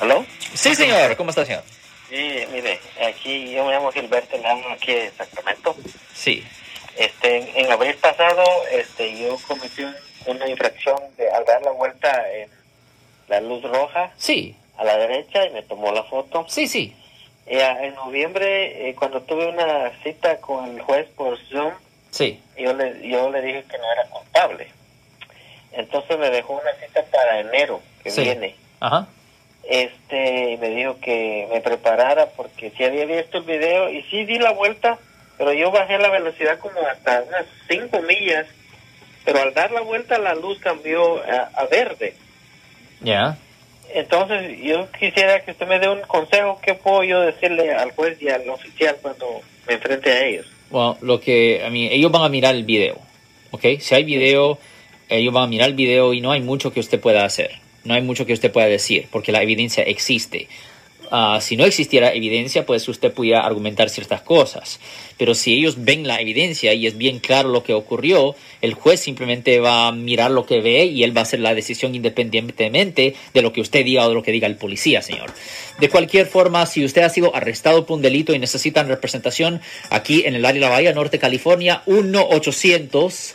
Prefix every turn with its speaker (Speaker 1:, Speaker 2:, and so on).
Speaker 1: ¿Aló?
Speaker 2: Sí, señor. ¿Cómo está, señor?
Speaker 1: Sí, mire, aquí yo me llamo Gilberto Lano, aquí de Sacramento.
Speaker 2: Sí.
Speaker 1: Este, en, en abril pasado, este, yo cometí un- una infracción de, al dar la vuelta en la luz roja
Speaker 2: Sí.
Speaker 1: a la derecha y me tomó la foto.
Speaker 2: Sí, sí.
Speaker 1: Y a- en noviembre, eh, cuando tuve una cita con el juez por Zoom,
Speaker 2: Sí.
Speaker 1: yo le, yo le dije que no era culpable. Entonces me dejó una cita para enero que
Speaker 2: Sí.
Speaker 1: viene.
Speaker 2: Ajá.
Speaker 1: Este, y me dijo que me preparara porque si había visto el video y sí di la vuelta, pero yo bajé la velocidad como hasta unas 5 millas, pero al dar la vuelta la luz cambió a, a verde.
Speaker 2: Ya.
Speaker 1: Entonces yo quisiera que usted me dé un consejo, ¿qué puedo yo decirle al juez y al oficial cuando me enfrente a ellos?
Speaker 2: Bueno, lo que, a mí, ellos van a mirar el video, ¿ok? Si hay video, ellos van a mirar el video y no hay mucho que usted pueda hacer, no hay mucho que usted pueda decir, porque la evidencia existe. Ah, si no existiera evidencia, pues usted pudiera argumentar ciertas cosas. Pero si ellos ven la evidencia y es bien claro lo que ocurrió, el juez simplemente va a mirar lo que ve y él va a hacer la decisión independientemente de lo que usted diga o de lo que diga el policía, señor. De cualquier forma, si usted ha sido arrestado por un delito y necesitan representación aquí en el área de la Bahía Norte, California, 1-800.